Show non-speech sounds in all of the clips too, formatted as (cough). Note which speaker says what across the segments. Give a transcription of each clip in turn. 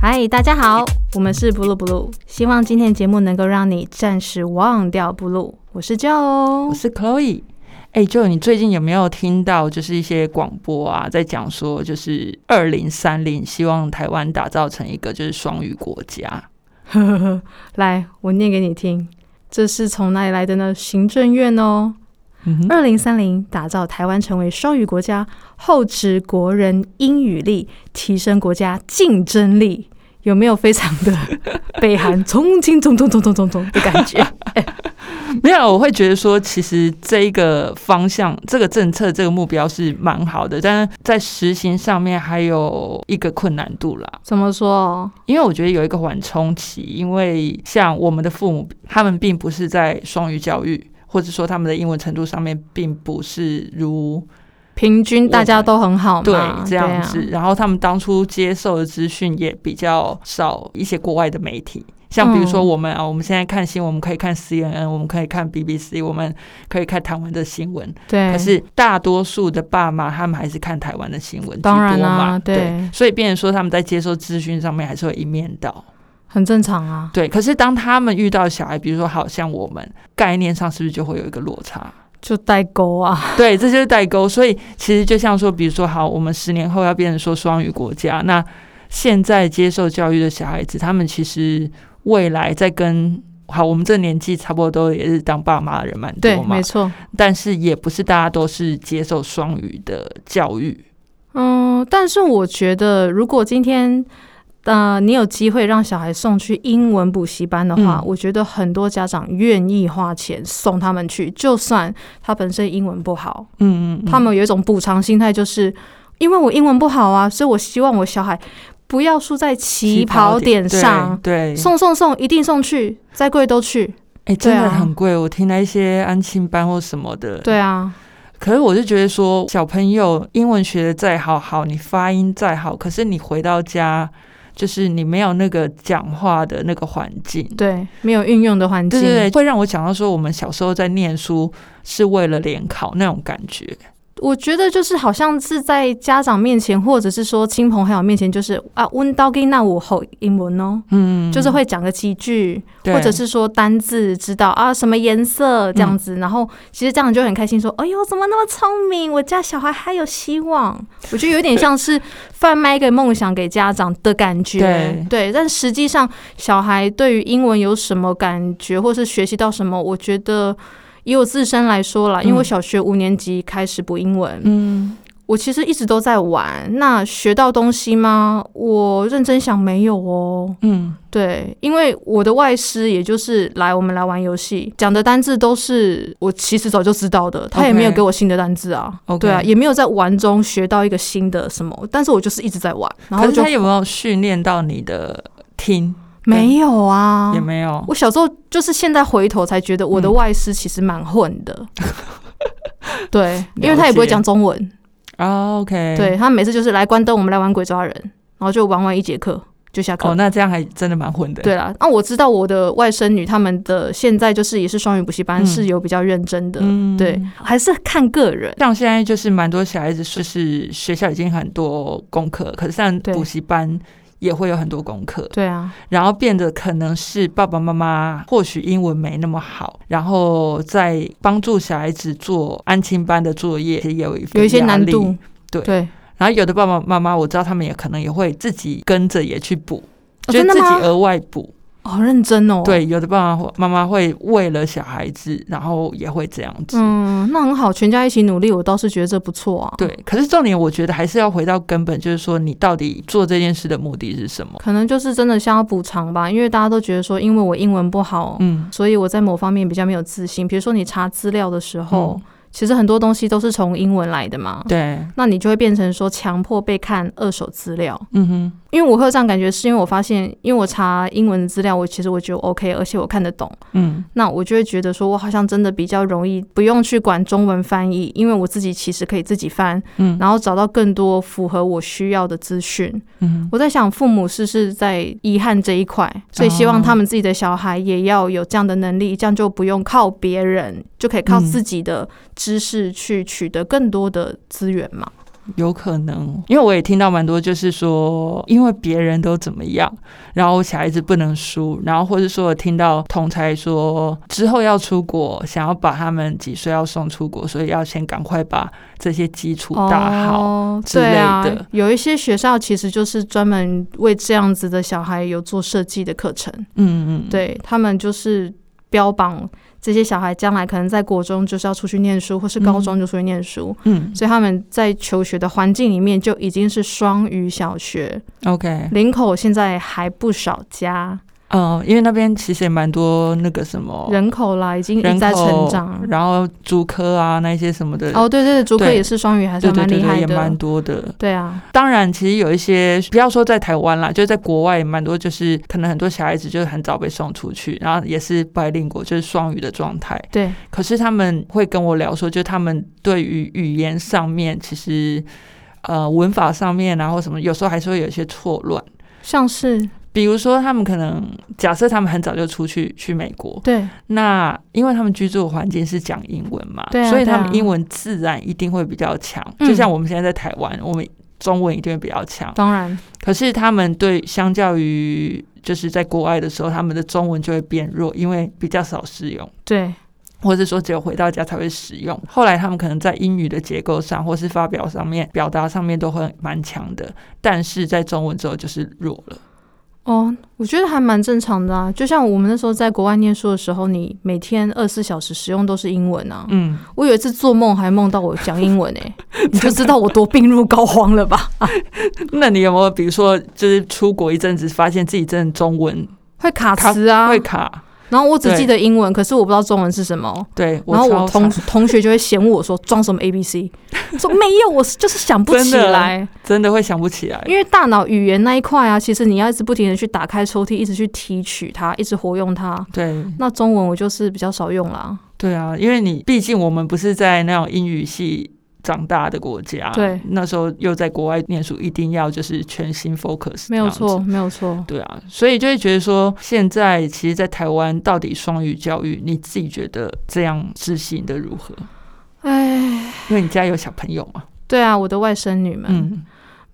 Speaker 1: 嗨，大家好，我们是 Blue Blue，希望今天节目能够让你暂时忘掉 Blue。我是 Joe， (laughs)
Speaker 2: 我哦是 Chloe。哎、j o e 你最近有没有听到就是一些广播啊，在讲说就是二零三零希望台湾打造成一个就是双语国家？
Speaker 1: 来，我念给你听，这是从哪里来的呢？行政院哦，
Speaker 2: 嗯哼，
Speaker 1: 二零三零打造台湾成为双语国家，厚植国人英语力，提升国家竞争力。有没有非常的 (laughs) 北韩冲冲冲冲冲冲冲冲的感觉？
Speaker 2: (laughs) 没有，我会觉得说，其实这一个方向、这个政策、这个目标是蛮好的，但是在实行上面还有一个困难度啦。
Speaker 1: 怎么说？
Speaker 2: 因为我觉得有一个缓冲期，因为像我们的父母，他们并不是在双语教育，或者说他们的英文程度上面并不是如
Speaker 1: 平均大家都很好嘛？
Speaker 2: 对这样子。
Speaker 1: 对啊
Speaker 2: 然后他们当初接受的资讯也比较少，一些国外的媒体，像比如说
Speaker 1: 嗯
Speaker 2: 我们、啊，我们现在看新闻，我们可以看 CNN，我们可以看 BBC，我们可以看台湾的新闻。
Speaker 1: 对，
Speaker 2: 可是大多数的爸妈他们还是看台湾的新闻居多
Speaker 1: 当
Speaker 2: 嘛，
Speaker 1: 然啦
Speaker 2: 对。
Speaker 1: 对
Speaker 2: 所以，变成说他们在接受资讯上面还是会一面倒。
Speaker 1: 很正常啊。
Speaker 2: 对，可是当他们遇到小孩，比如说好像我们概念上是不是就会有一个落差？
Speaker 1: 就代沟
Speaker 2: (laughs)
Speaker 1: 啊，
Speaker 2: 对，这就是代沟。所以其实就像说，比如说好，我们十年后要变成说双语国家，那现在接受教育的小孩子，他们其实未来在跟好我们这年纪差不多都也是当爸妈的人蛮
Speaker 1: 对
Speaker 2: 多，嘛
Speaker 1: 没，错，
Speaker 2: 但是也不是大家都是接受双语的教育。
Speaker 1: 嗯，但是我觉得，如果今天，呃，你有机会让小孩送去英文补习班的话，
Speaker 2: 嗯
Speaker 1: 我觉得很多家长愿意花钱送他们去，就算他本身英文不好，
Speaker 2: 嗯嗯，嗯
Speaker 1: 他们有一种补偿心态，就是因为我英文不好啊，所以我希望我小孩不要输在起跑点上，
Speaker 2: 对，对
Speaker 1: 送送送，一定送去，再贵都去，
Speaker 2: 哎、真
Speaker 1: 对
Speaker 2: 的
Speaker 1: 啊
Speaker 2: 很贵。我听了一些安亲班或什么的，
Speaker 1: 对啊，
Speaker 2: 可是我就觉得说，小朋友英文学的再好，好你发音再好，可是你回到家，就是你没有那个讲话的那个环境。
Speaker 1: 对，没有运用的环境，
Speaker 2: 对对对，会让我想到说，我们小时候在念书是为了联考那种感觉。
Speaker 1: 我觉得就是好像是在家长面前，或者是说亲朋好友面前，就是啊，温刀给那我吼英文哦，
Speaker 2: 嗯，
Speaker 1: 就是会讲个几句，
Speaker 2: 对
Speaker 1: 或者是说单字知道啊什么颜色这样
Speaker 2: 嗯
Speaker 1: 子，然后其实家长就很开心说，哎呦怎么那么聪明，我家小孩还有希望。我觉得有点像是贩卖一个梦想给家长的感觉，
Speaker 2: 对
Speaker 1: 但实际上小孩对于英文有什么感觉，或是学习到什么，我觉得。以我自身来说啦，因为我
Speaker 2: 嗯
Speaker 1: 小学五年级开始补英文，
Speaker 2: 嗯，
Speaker 1: 我其实一直都在玩。那学到东西吗？我认真想没有哦。
Speaker 2: 嗯
Speaker 1: 对，因为我的外师也就是来我们来玩游戏，讲的单字都是我其实早就知道的，他也没有
Speaker 2: OK
Speaker 1: 给我新的单字啊。
Speaker 2: OK
Speaker 1: 对啊，也没有在玩中学到一个新的什么，但是我就是一直在玩，然后
Speaker 2: 可是
Speaker 1: 就
Speaker 2: 他有没有训练到你的听？
Speaker 1: 没有啊
Speaker 2: 也。没有。
Speaker 1: 我小时候就是现在回头才觉得我的
Speaker 2: 嗯
Speaker 1: 外师其实蛮混
Speaker 2: (laughs)
Speaker 1: 的，对，因为
Speaker 2: 了
Speaker 1: 他也不会
Speaker 2: 解
Speaker 1: 讲中文，
Speaker 2: 啊，OK，
Speaker 1: 对他每次就是来关灯，我们来玩鬼抓人，然后就玩完一节课就下课。
Speaker 2: 哦，那这样还真的蛮混的。
Speaker 1: 对啦，那、我知道我的外甥女他们的现在就是也是双语补习班，
Speaker 2: 嗯
Speaker 1: 是有比较认真的，
Speaker 2: 嗯
Speaker 1: 对，还是看个人。
Speaker 2: 像现在就是蛮多小孩子，就是学校已经很多功课，可是像
Speaker 1: 对
Speaker 2: 补习班也会有很多功课，
Speaker 1: 对啊，
Speaker 2: 然后变得可能是爸爸妈妈或许英文没那么好，然后在帮助小孩子做安亲班的作业，也有一份
Speaker 1: 有一些
Speaker 2: 压
Speaker 1: 难
Speaker 2: 力
Speaker 1: 度。
Speaker 2: 对
Speaker 1: 对，
Speaker 2: 然后有的爸爸妈妈我知道他们也可能也会自己跟着也去补，
Speaker 1: 哦
Speaker 2: 就
Speaker 1: 真
Speaker 2: 是
Speaker 1: 的
Speaker 2: 自己
Speaker 1: 吗？
Speaker 2: 额外补。
Speaker 1: 哦好认真哦。，
Speaker 2: 对，有的爸爸妈妈会为了小孩子，然后也会这样子。
Speaker 1: 嗯，那很好，全家一起努力，我倒是觉得这不错啊。，
Speaker 2: 对，可是重点我觉得还是要回到根本，就是说你到底做这件事的目的是什么？
Speaker 1: 可能就是真的想要补偿吧，因为大家都觉得说，因为我英文不好，
Speaker 2: 嗯，
Speaker 1: 所以我在某方面比较没有自信。比如说你查资料的时候，
Speaker 2: 嗯
Speaker 1: 其实很多东西都是从英文来的嘛。
Speaker 2: 对，
Speaker 1: 那你就会变成说强迫被看二手资料，
Speaker 2: 嗯哼，
Speaker 1: 因为我会有这样感觉，是因为我发现，因为我查英文资料，我其实我觉得 OK，而且我看得懂，
Speaker 2: 嗯，
Speaker 1: 那我就会觉得说，我好像真的比较容易不用去管中文翻译，因为我自己其实可以自己翻，
Speaker 2: 嗯
Speaker 1: 然后找到更多符合我需要的资讯。
Speaker 2: 嗯
Speaker 1: 我在想，父母是是在遗憾这一块，所以希望他们自己的小孩也要有这样的能力，这样就不用靠别人，就可以靠
Speaker 2: 嗯
Speaker 1: 自己的知识去取得更多的资源嘛。
Speaker 2: 哼，有可能，因为我也听到蛮多，就是说，因为别人都怎么样，然后小孩子不能输，然后或者说我听到同才说之后要出国，想要把他们几岁要送出国，所以要先赶快把这些基础打好。
Speaker 1: 哦
Speaker 2: 之类
Speaker 1: 对
Speaker 2: 的
Speaker 1: 啊。有一些学校其实就是专门为这样子的小孩有做设计的课程，
Speaker 2: 嗯嗯，，
Speaker 1: 对他们就是标榜这些小孩将来可能在国中就是要出去念书，或是高中就出去念书，
Speaker 2: 嗯
Speaker 1: 所以他们在求学的环境里面就已经是双语小学。
Speaker 2: ，OK，
Speaker 1: 林口现在还不少家
Speaker 2: 嗯，因为那边其实也蛮多那个什么
Speaker 1: 人口啦，已经一
Speaker 2: 哦人
Speaker 1: 直在成
Speaker 2: 口
Speaker 1: 长。
Speaker 2: 然后竹科啊那一些什么的，
Speaker 1: 哦，对对对，竹科
Speaker 2: 对
Speaker 1: 也是双语，还是
Speaker 2: 对对
Speaker 1: 蛮
Speaker 2: 对
Speaker 1: 厉
Speaker 2: 对，
Speaker 1: 害
Speaker 2: 也蛮
Speaker 1: 的。
Speaker 2: 多的。
Speaker 1: 对啊，
Speaker 2: 当然，其实有一些，不要说在台湾啦，就是在国外也蛮多，就是可能很多小孩子就是很早被送出去，然后也是白领国，就是双语的状态。
Speaker 1: 对，
Speaker 2: 可是他们会跟我聊说，就他们对于语言上面，其实呃文法上面，然后什么，有时候还是会有一些错乱。
Speaker 1: 像是
Speaker 2: 比如说，他们可能假设他们很早就出去去美国，
Speaker 1: 对
Speaker 2: 那因为他们居住的环境是讲英文嘛，
Speaker 1: 对啊
Speaker 2: 所以他
Speaker 1: 对
Speaker 2: 们
Speaker 1: 啊
Speaker 2: 英文自然一定会比较强。
Speaker 1: 嗯
Speaker 2: 就像我们现在在台湾，我们中文一定会比较强。
Speaker 1: 当然，
Speaker 2: 可是他们对相较于就是在国外的时候，他们的中文就会变弱，因为比较少使用，
Speaker 1: 对，
Speaker 2: 或者是说只有回到家才会使用。后来他们可能在英语的结构上，或是发表上面、表达上面都会蛮强的，但是在中文之后就是弱了。
Speaker 1: 哦，我觉得还蛮正常的啊。就像我们那时候在国外念书的时候，你每天二十四小时使用都是英文啊。
Speaker 2: 嗯，
Speaker 1: 我有一次做梦还梦到我讲英文诶、欸你就知道我多病入膏肓了吧？
Speaker 2: 那你有没有比如说，就是出国一阵子，发现自己真的中文
Speaker 1: 会卡词啊，
Speaker 2: 会卡？
Speaker 1: 然后我只
Speaker 2: 对
Speaker 1: 记得英文，可是我不知道中文是什么。
Speaker 2: 对，
Speaker 1: 然后我
Speaker 2: 超
Speaker 1: 同
Speaker 2: 惨
Speaker 1: (laughs) 同学就会嫌我说装什么 A B C，说没有，我是就是想不起
Speaker 2: 真的
Speaker 1: 来，
Speaker 2: 真的会想不起来。
Speaker 1: 因为大脑语言那一块啊，其实你要一直不停的去打开抽屉，一直去提取它，一直活用它。
Speaker 2: 对
Speaker 1: 那中文我就是比较少用啦，
Speaker 2: 对啊，因为你毕竟我们不是在那种英语系长大的国家，
Speaker 1: 对，
Speaker 2: 那时候又在国外念书，一定要就是全心 focus，
Speaker 1: 没有
Speaker 2: 这
Speaker 1: 错，
Speaker 2: 样子。
Speaker 1: 没有错。
Speaker 2: 对啊，所以就会觉得说，现在其实，在台湾到底双语教育，你自己觉得这样执行的如何？
Speaker 1: 哎，
Speaker 2: 因为你家有小朋友嘛，
Speaker 1: 对啊，我的外甥女们，
Speaker 2: 嗯，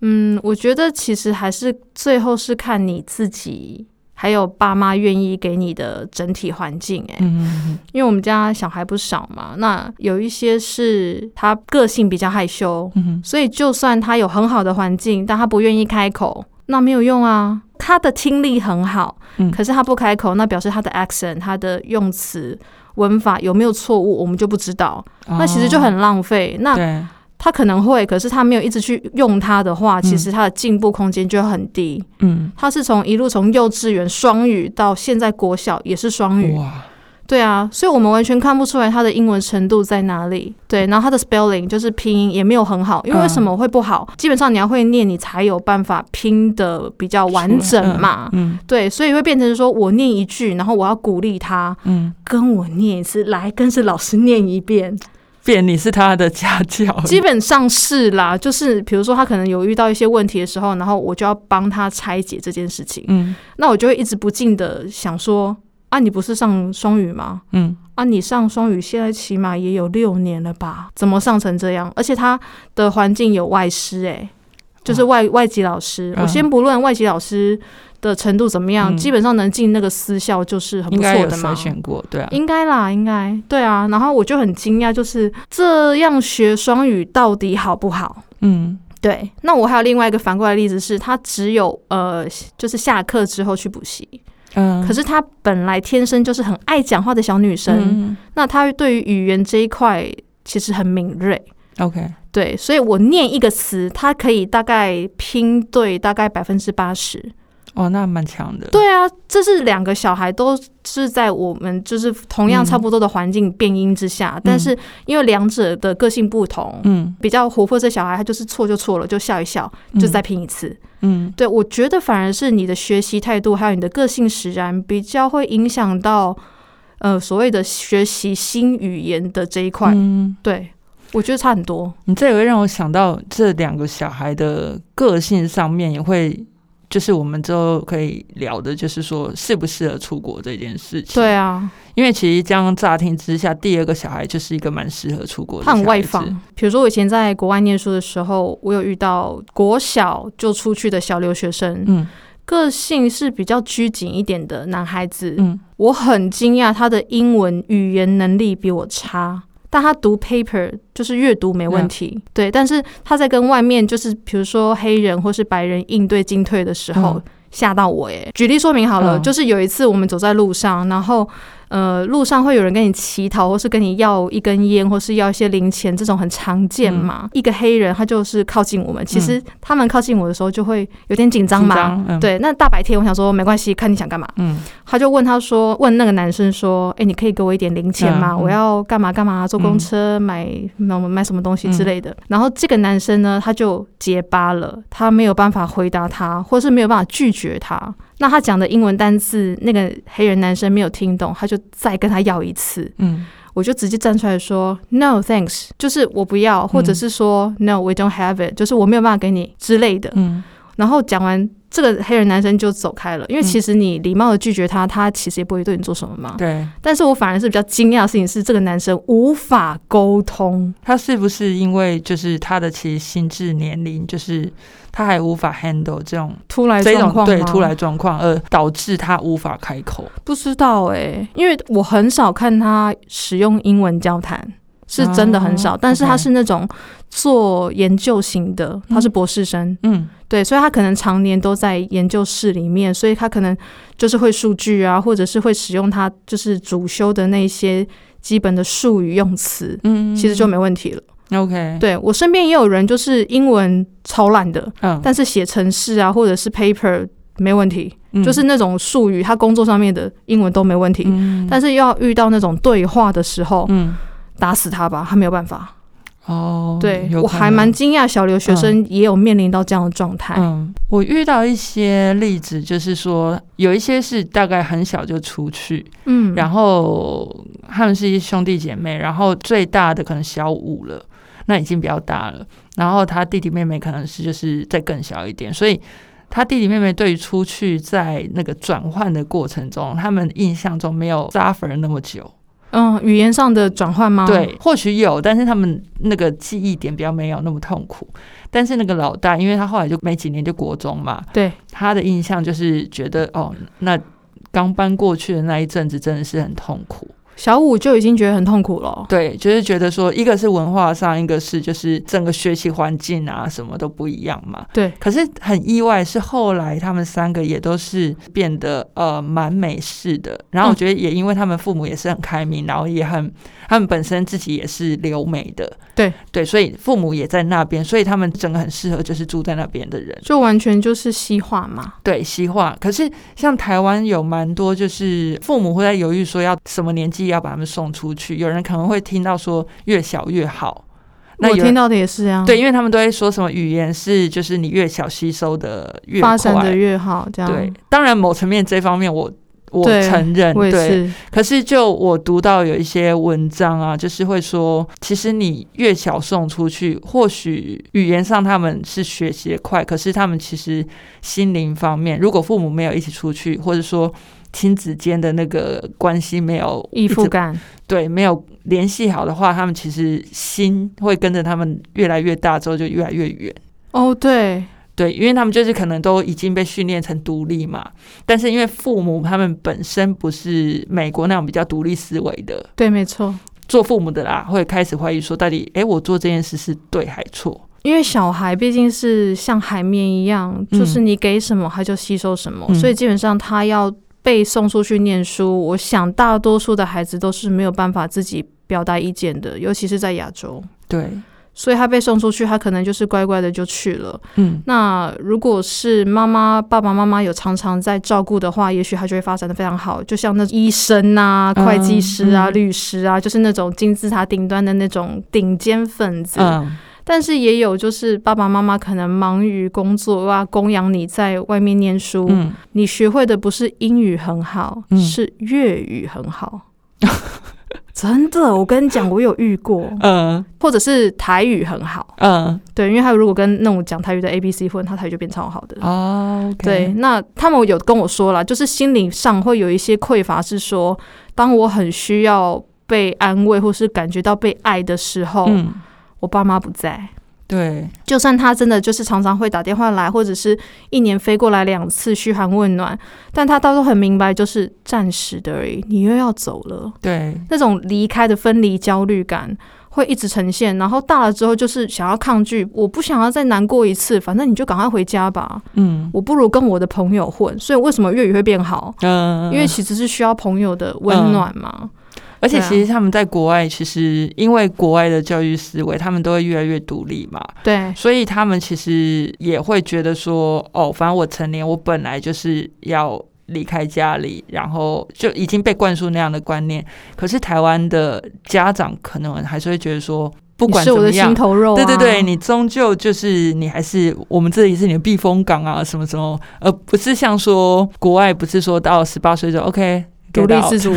Speaker 1: 嗯，我觉得其实还是最后是看你自己，还有爸妈愿意给你的整体环境、欸。哎、
Speaker 2: 嗯嗯
Speaker 1: 因为我们家小孩不少嘛，那有一些是他个性比较害羞，
Speaker 2: 嗯
Speaker 1: 所以就算他有很好的环境，但他不愿意开口，那没有用啊。他的听力很好，
Speaker 2: 嗯
Speaker 1: 可是他不开口，那表示他的 accent、他的用词、文法有没有错误，我们就不知道。
Speaker 2: 嗯
Speaker 1: 那其实就
Speaker 2: 哦
Speaker 1: 很浪费。那
Speaker 2: 对，
Speaker 1: 他可能会，可是他没有一直去用它的话，其实他的进步空间就会很低。
Speaker 2: 嗯，
Speaker 1: 他是从一路从幼稚园双语到现在国小也是双语，
Speaker 2: 嗯哇，
Speaker 1: 对啊，所以我们完全看不出来他的英文程度在哪里。对，然后他的 spelling 就是拼音也没有很好，因为为什么会不好？
Speaker 2: 嗯
Speaker 1: 基本上你要会念，你才有办法拼的比较完整嘛。
Speaker 2: 嗯
Speaker 1: 对，所以会变成说我念一句，然后我要鼓励他
Speaker 2: 嗯，
Speaker 1: 跟我念一次，来跟着老师念一遍。
Speaker 2: 变你是他的家教， (laughs)
Speaker 1: 基本上是啦，就是比如说他可能有遇到一些问题的时候，然后我就要帮他拆解这件事情。
Speaker 2: 嗯
Speaker 1: 那我就会一直不禁的想说：啊，你不是上双语吗？
Speaker 2: 嗯，
Speaker 1: 啊，你上双语现在起码也有六年了吧？怎么上成这样？而且他的环境有外师、欸，就是外外籍老师。
Speaker 2: 嗯
Speaker 1: 我先不论外籍老师的程度怎么样，
Speaker 2: 嗯
Speaker 1: 基本上能进那个私校就是很
Speaker 2: 应
Speaker 1: 啊不
Speaker 2: 该
Speaker 1: 错
Speaker 2: 有
Speaker 1: 的嘛
Speaker 2: 筛。选过，对啊，
Speaker 1: 应该啦，应该对啊。然后我就很惊讶，就是这样学双语到底好不好？
Speaker 2: 嗯
Speaker 1: 对，那我还有另外一个反过来的例子是，他只有呃，就是下课之后去补习，
Speaker 2: 嗯，
Speaker 1: 可是她本来天生就是很爱讲话的小女生，
Speaker 2: 嗯
Speaker 1: 那她对于语言这一块其实很敏锐。
Speaker 2: ，OK，
Speaker 1: 对，所以我念一个词，她可以大概拼对大概百分之八十。
Speaker 2: 哦，那蛮强的，
Speaker 1: 对啊，这是两个小孩都是在我们就是同样
Speaker 2: 嗯
Speaker 1: 差不多的环境变音之下，但是因为两者的个性不同，
Speaker 2: 嗯，
Speaker 1: 比较活泼这小孩他就是错就错了，就笑一笑，
Speaker 2: 嗯
Speaker 1: 就再拼一次。
Speaker 2: 嗯
Speaker 1: 对，我觉得反而是你的学习态度，还有你的个性使然，比较会影响到呃所谓的学习新语言的这一块。
Speaker 2: 嗯，
Speaker 1: 对，我觉得差很多。
Speaker 2: 你这也会让我想到这两个小孩的个性上面也会。就是我们之后可以聊的，就是说适不适合出国这件事情。
Speaker 1: 对，啊，
Speaker 2: 因为其实这样乍听之下，第二个小孩就是一个蛮适合出国的，
Speaker 1: 他很外放。。比如说我以前在国外念书的时候，我有遇到国小就出去的小留学生，
Speaker 2: 嗯
Speaker 1: 个性是比较拘谨一点的男孩子。
Speaker 2: 嗯，
Speaker 1: 我很惊讶他的英文语言能力比我差，但他读 paper 就是阅读没问题，对。但是他在跟外面就是比如说黑人或是白人应对进退的时候
Speaker 2: 嗯，
Speaker 1: 吓、到我耶。举例说明好了，
Speaker 2: 嗯
Speaker 1: 就是有一次我们走在路上，然后。呃，路上会有人跟你乞讨，或是跟你要一根烟，或是要一些零钱，这种很常见嘛。
Speaker 2: 嗯
Speaker 1: 一个黑人他就是靠近我们，其实他们靠近我的时候就会有点紧张
Speaker 2: 紧
Speaker 1: 嘛。
Speaker 2: 张，嗯，，
Speaker 1: 对，那大白天我想说没关系，看你想干嘛。
Speaker 2: 嗯
Speaker 1: 他就问他说，问那个男生说，哎、你可以给我一点零钱吗？
Speaker 2: 嗯嗯
Speaker 1: 我要干嘛干嘛，坐公车、买买买什么东西之类的。然后这个男生呢，他就结巴了，他没有办法回答他，或是没有办法拒绝他。那他讲的英文单字，那个黑人男生没有听懂，他就再跟他要一次。
Speaker 2: 嗯
Speaker 1: 我就直接站出来说 “No thanks”，就是我不要，或者是说 “No we don't have it”，就是我没有办法给你之类的。
Speaker 2: 嗯
Speaker 1: 然后讲完，这个黑人男生就走开了，因为
Speaker 2: 嗯
Speaker 1: 其实你礼貌的拒绝他，他其实也不会对你做什么嘛
Speaker 2: 嗯，。对
Speaker 1: 但是我反而是比较惊讶的事情是，这个男生无法沟通，
Speaker 2: 他是不是因为就是他的其实心智年龄，就是他还无法 handle 这种
Speaker 1: 突来
Speaker 2: 这
Speaker 1: 状
Speaker 2: 种
Speaker 1: 况
Speaker 2: 对
Speaker 1: 吗
Speaker 2: 突来状况，而导致他无法开口。
Speaker 1: 不知道哎、因为我很少看他使用英文交谈。是真的很少，
Speaker 2: 哦
Speaker 1: 但是他
Speaker 2: OK
Speaker 1: 是那种做研究型的，他是博士生，
Speaker 2: 嗯
Speaker 1: 对，所以他可能常年都在研究室里面，所以他可能就是会数据啊，或者是会使用他就是主修的那些基本的术语用词，
Speaker 2: 嗯，
Speaker 1: 其实就没问题了。
Speaker 2: OK，
Speaker 1: 对我身边也有人就是英文超烂的，
Speaker 2: 嗯，
Speaker 1: 但是写程式啊或者是 paper 没问题，
Speaker 2: 但
Speaker 1: 就是那种术语他工作上面的英文都没问题，
Speaker 2: 嗯，
Speaker 1: 但是要遇到那种对话的时候，
Speaker 2: 嗯
Speaker 1: 打死他吧，他没有办法。
Speaker 2: 哦，
Speaker 1: 对
Speaker 2: 有
Speaker 1: 我
Speaker 2: 可
Speaker 1: 还
Speaker 2: 能
Speaker 1: 蛮惊讶，小留学生也有面临到这样的状态。
Speaker 2: 嗯，我遇到一些例子，就是说有一些是大概很小就出去，
Speaker 1: 嗯，
Speaker 2: 然后他们是兄弟姐妹，然后最大的可能小五了，那已经比较大了，然后他弟弟妹妹可能是就是再更小一点，所以。他弟弟妹妹对于出去在那个转换的过程中，他们印象中没有 suffer 那么久，
Speaker 1: 嗯，语言上的转换吗？
Speaker 2: 对，或许有，但是他们那个记忆点比较没有那么痛苦。但是那个老大，因为他后来就没几年就国中嘛，
Speaker 1: 对，
Speaker 2: 他的印象就是觉得哦，那刚搬过去的那一阵子真的是很痛苦。
Speaker 1: 小五就已经觉得很痛苦了。
Speaker 2: 对，就是觉得说，一个是文化上，一个是就是整个学习环境啊，什么都不一样嘛。
Speaker 1: 对，
Speaker 2: 可是很意外，是后来他们三个也都是变得呃蛮美式的。然后
Speaker 1: 嗯
Speaker 2: 我觉得也因为他们父母也是很开明，然后也很他们本身自己也是留美的，
Speaker 1: 对
Speaker 2: 对，所以父母也在那边，所以他们整个很适合就是住在那边的人，
Speaker 1: 就完全就是西化嘛。
Speaker 2: 对西化。可是像台湾有蛮多就是父母会在犹豫说要什么年纪要把他们送出去，有人可能会听到说越小越好，那
Speaker 1: 我
Speaker 2: 有人
Speaker 1: 听到的也是啊，
Speaker 2: 对，，因为他们都会说什么语言是就是你越小吸收的越快
Speaker 1: 发，展的越好，这样
Speaker 2: 对，，当然某层面这方面我我
Speaker 1: 对
Speaker 2: 承认，
Speaker 1: 我也
Speaker 2: 对，
Speaker 1: 是，
Speaker 2: 可是就我读到有一些文章啊，就是会说，其实你越小送出去，或许语言上他们是学习的快，可是他们其实心灵方面，如果父母没有一起出去，或者说亲子间的那个关系没有
Speaker 1: 依
Speaker 2: 一
Speaker 1: 附
Speaker 2: 直
Speaker 1: 感，
Speaker 2: 对，没有联系好的话，他们其实心会跟着他们越来越大之后就越来越远。
Speaker 1: 哦，对，
Speaker 2: 对，因为他们就是可能都已经被训练成独立嘛，但是因为父母他们本身不是美国那种比较独立思维的，
Speaker 1: 对，没错，
Speaker 2: 做父母的啦，会开始怀疑说，到底诶，我做这件事是对还错？
Speaker 1: 因为小孩毕竟是像海绵一样，
Speaker 2: 嗯
Speaker 1: 就是你给什么他就吸收什么，
Speaker 2: 嗯
Speaker 1: 所以基本上他要被送出去念书，我想大多数的孩子都是没有办法自己表达意见的，尤其是在亚洲。
Speaker 2: 对，
Speaker 1: 所以他被送出去，他可能就是乖乖的就去了。
Speaker 2: 嗯
Speaker 1: 那如果是妈妈、爸爸妈妈有常常在照顾的话，也许他就会发展的非常好。就像那医生啊、
Speaker 2: 嗯
Speaker 1: 会计师啊、
Speaker 2: 嗯
Speaker 1: 律师啊，就是那种金字塔顶端的那种顶尖分子。
Speaker 2: 嗯，
Speaker 1: 但是也有就是爸爸妈妈可能忙于工作啊，供养你在外面念书，
Speaker 2: 嗯，
Speaker 1: 你学会的不是英语很好， (laughs)
Speaker 2: 嗯
Speaker 1: 是粤语很好。真的，我跟你讲，我有遇过，
Speaker 2: 嗯
Speaker 1: 或者是台语很好，
Speaker 2: 嗯
Speaker 1: 对，因为他如果跟那种讲台语的 A B C 混，他台语就变超好的。
Speaker 2: 哦，OK，
Speaker 1: 对，那他们有跟我说了，就是心理上会有一些匮乏，是说当我很需要被安慰或是感觉到被爱的时候，
Speaker 2: 嗯，
Speaker 1: 我爸妈不在。
Speaker 2: 对，
Speaker 1: 就算他真的就是常常会打电话来，或者是一年飞过来两次嘘寒问暖，但他倒是很明白，就是暂时的而已，你又要走了，
Speaker 2: 对，
Speaker 1: 那种离开的分离焦虑感会一直呈现。然后大了之后，就是想要抗拒，我不想要再难过一次，反正你就赶快回家吧，
Speaker 2: 嗯
Speaker 1: 我不如跟我的朋友混。所以为什么粤语会变好？
Speaker 2: 嗯，
Speaker 1: 因为其实是需要朋友的温暖嘛。
Speaker 2: 而且
Speaker 1: 对啊
Speaker 2: 其实他们在国外，其实因为国外的教育思维，他们都会越来越独立嘛，
Speaker 1: 对
Speaker 2: 所以他们其实也会觉得说，哦，反正我成年，我本来就是要离开家里，然后就已经被灌输那样的观念。可是台湾的家长可能还是会觉得说，不
Speaker 1: 你
Speaker 2: 管
Speaker 1: 是
Speaker 2: 怎
Speaker 1: 我
Speaker 2: 么
Speaker 1: 的心
Speaker 2: 样。
Speaker 1: 头肉、啊。
Speaker 2: 对对对，你终究就是你还是我们这里是你的避风港啊，什么什么，而不是像说国外不是说到十八岁就 OK
Speaker 1: 独立
Speaker 2: get out
Speaker 1: 自
Speaker 2: (laughs)
Speaker 1: 主。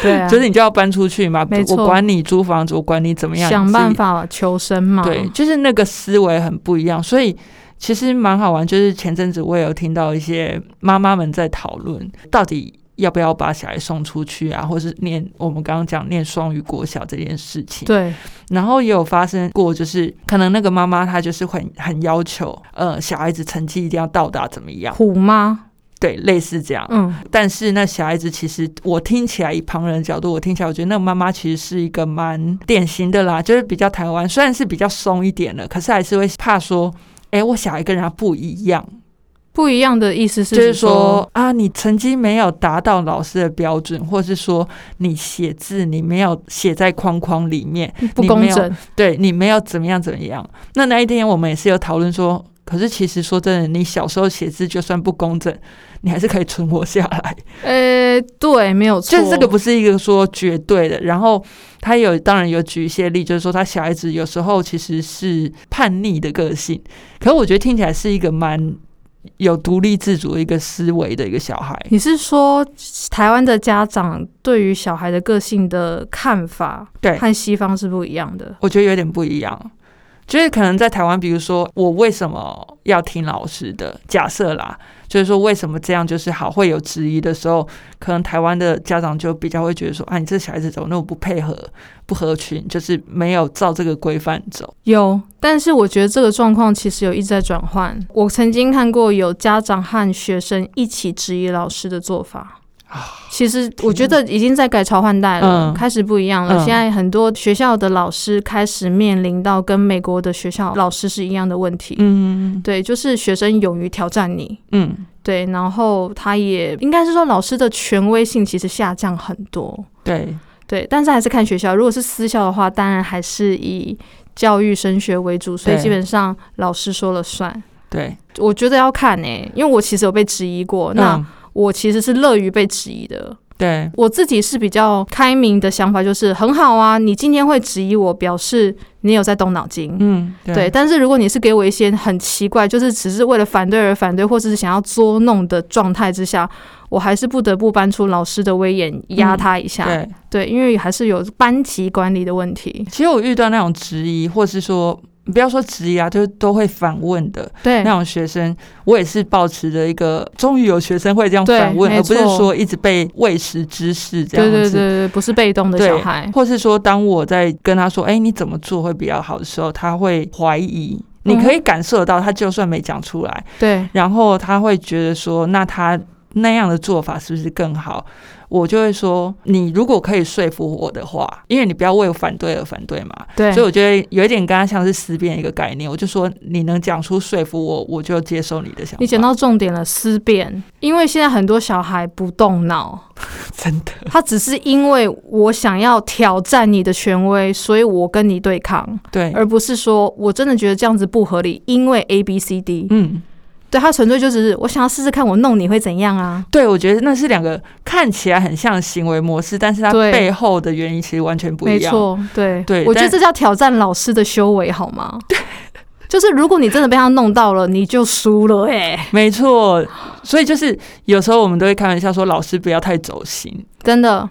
Speaker 1: 对啊，
Speaker 2: 就是你就要搬出去嘛
Speaker 1: 没，
Speaker 2: 我
Speaker 1: 错
Speaker 2: 管你租房子，我管你怎么样，
Speaker 1: 想
Speaker 2: 你自己
Speaker 1: 办法求生嘛。
Speaker 2: 对，就是那个思维很不一样，所以其实蛮好玩。就是前阵子我也有听到一些妈妈们在讨论，到底要不要把小孩送出去啊，或是念我们刚刚讲念双语国小这件事情。
Speaker 1: 对
Speaker 2: 然后也有发生过，就是可能那个妈妈她就是很很要求，呃，小孩子成绩一定要到达怎么样，
Speaker 1: 虎妈，
Speaker 2: 对，类似这样。
Speaker 1: 嗯，
Speaker 2: 但是那小孩子其实，我听起来以旁人的角度，我听起来我觉得那个妈妈其实是一个蛮典型的啦，就是比较台湾，虽然是比较松一点的，可是还是会怕说，哎、我小孩跟人家不一样，
Speaker 1: 不一样的意思是
Speaker 2: 就是
Speaker 1: 说，
Speaker 2: 说啊，你成绩没有达到老师的标准，或是说你写字你没有写在框框里面，
Speaker 1: 不公正，
Speaker 2: 对你没有怎么样怎么样。那那一天我们也是有讨论说。可是其实说真的，你小时候写字就算不工整，你还是可以存活下来。
Speaker 1: 呃，对，没有错，
Speaker 2: 就是这个不是一个说绝对的，然后他有当然有举一些例，就是说他小孩子有时候其实是叛逆的个性，可我觉得听起来是一个蛮有独立自主的一个思维的一个小孩。
Speaker 1: 你是说台湾的家长对于小孩的个性的看法，
Speaker 2: 对
Speaker 1: 和西方是不一样的，
Speaker 2: 我觉得有点不一样。就是可能在台湾，比如说我为什么要听老师的？假设啦，就是说为什么这样就是好，会有质疑的时候，可能台湾的家长就比较会觉得说，啊，你这小孩子怎么那么不配合、不合群，就是没有照这个规范走。
Speaker 1: 有，但是我觉得这个状况其实有一直在转换。我曾经看过有家长和学生一起质疑老师的做法。其实我觉得已经在改朝换代了，
Speaker 2: 嗯
Speaker 1: 开始不一样了。
Speaker 2: 嗯
Speaker 1: 现在很多学校的老师开始面临到跟美国的学校老师是一样的问题。
Speaker 2: 嗯
Speaker 1: 对，就是学生勇于挑战你，
Speaker 2: 嗯，
Speaker 1: 对，然后他也应该是说老师的权威性其实下降很多，
Speaker 2: 对，
Speaker 1: 对，但是还是看学校。如果是私校的话，当然还是以教育升学为主，所以
Speaker 2: 对
Speaker 1: 基本上老师说了算。
Speaker 2: 对，
Speaker 1: 我觉得要看诶、因为我其实有被质疑过，哦那
Speaker 2: 嗯
Speaker 1: 我其实是乐于被质疑的。
Speaker 2: 对
Speaker 1: 我自己是比较开明的想法，就是很好啊，你今天会质疑我，表示你有在动脑筋。
Speaker 2: 嗯
Speaker 1: 对，但是如果你是给我一些很奇怪，就是只是为了反对而反对，或者是想要捉弄的状态之下，我还是不得不搬出老师的威严压他一下。
Speaker 2: 嗯对，
Speaker 1: 对，因为还是有班级管理的问题。
Speaker 2: 其实我遇到那种质疑，或是说不要说质疑啊，就是都会反问的
Speaker 1: 对
Speaker 2: 那，种学生，我也是保持着一个，终于有学生会这样
Speaker 1: 对
Speaker 2: 反问，
Speaker 1: 没
Speaker 2: 而不是
Speaker 1: 错
Speaker 2: 说一直被喂食知识这样
Speaker 1: 对
Speaker 2: 子。
Speaker 1: 对对对，不是被动的
Speaker 2: 对
Speaker 1: 小孩。
Speaker 2: 或是说，当我在跟他说：“哎、你怎么做会比较好”的时候，他会怀疑。你
Speaker 1: 嗯
Speaker 2: 可以感受得到，他就算没讲出来，
Speaker 1: 对
Speaker 2: 然后他会觉得说，那他那样的做法是不是更好？我就会说，你如果可以说服我的话，因为你不要为反对而反对嘛，
Speaker 1: 对，
Speaker 2: 所以我觉得有一点跟他像是思辨一个概念。我就说，你能讲出说服我，我就接受你的想法。
Speaker 1: 你讲到重点了，思辨。因为现在很多小孩不动
Speaker 2: (laughs)
Speaker 1: 脑，
Speaker 2: 真的，
Speaker 1: 他只是因为我想要挑战你的权威，所以我跟你对抗。
Speaker 2: 对，
Speaker 1: 而不是说我真的觉得这样子不合理，因为 A B C D，、
Speaker 2: 嗯，
Speaker 1: 对他纯粹就只是我想要试试看，我弄你会怎样啊？
Speaker 2: 对，我觉得那是两个看起来很像的行为模式，但是它
Speaker 1: 对
Speaker 2: 背后的原因其实完全不
Speaker 1: 没
Speaker 2: 一样。
Speaker 1: 错，对
Speaker 2: 对
Speaker 1: 我觉得
Speaker 2: 但
Speaker 1: 这叫挑战老师的修为，好
Speaker 2: (laughs)
Speaker 1: 吗？就是如果你真的被他弄到了，你就输了哎、
Speaker 2: 没错，所以就是有时候我们都会开玩笑说，老师不要太走心。
Speaker 1: 真的。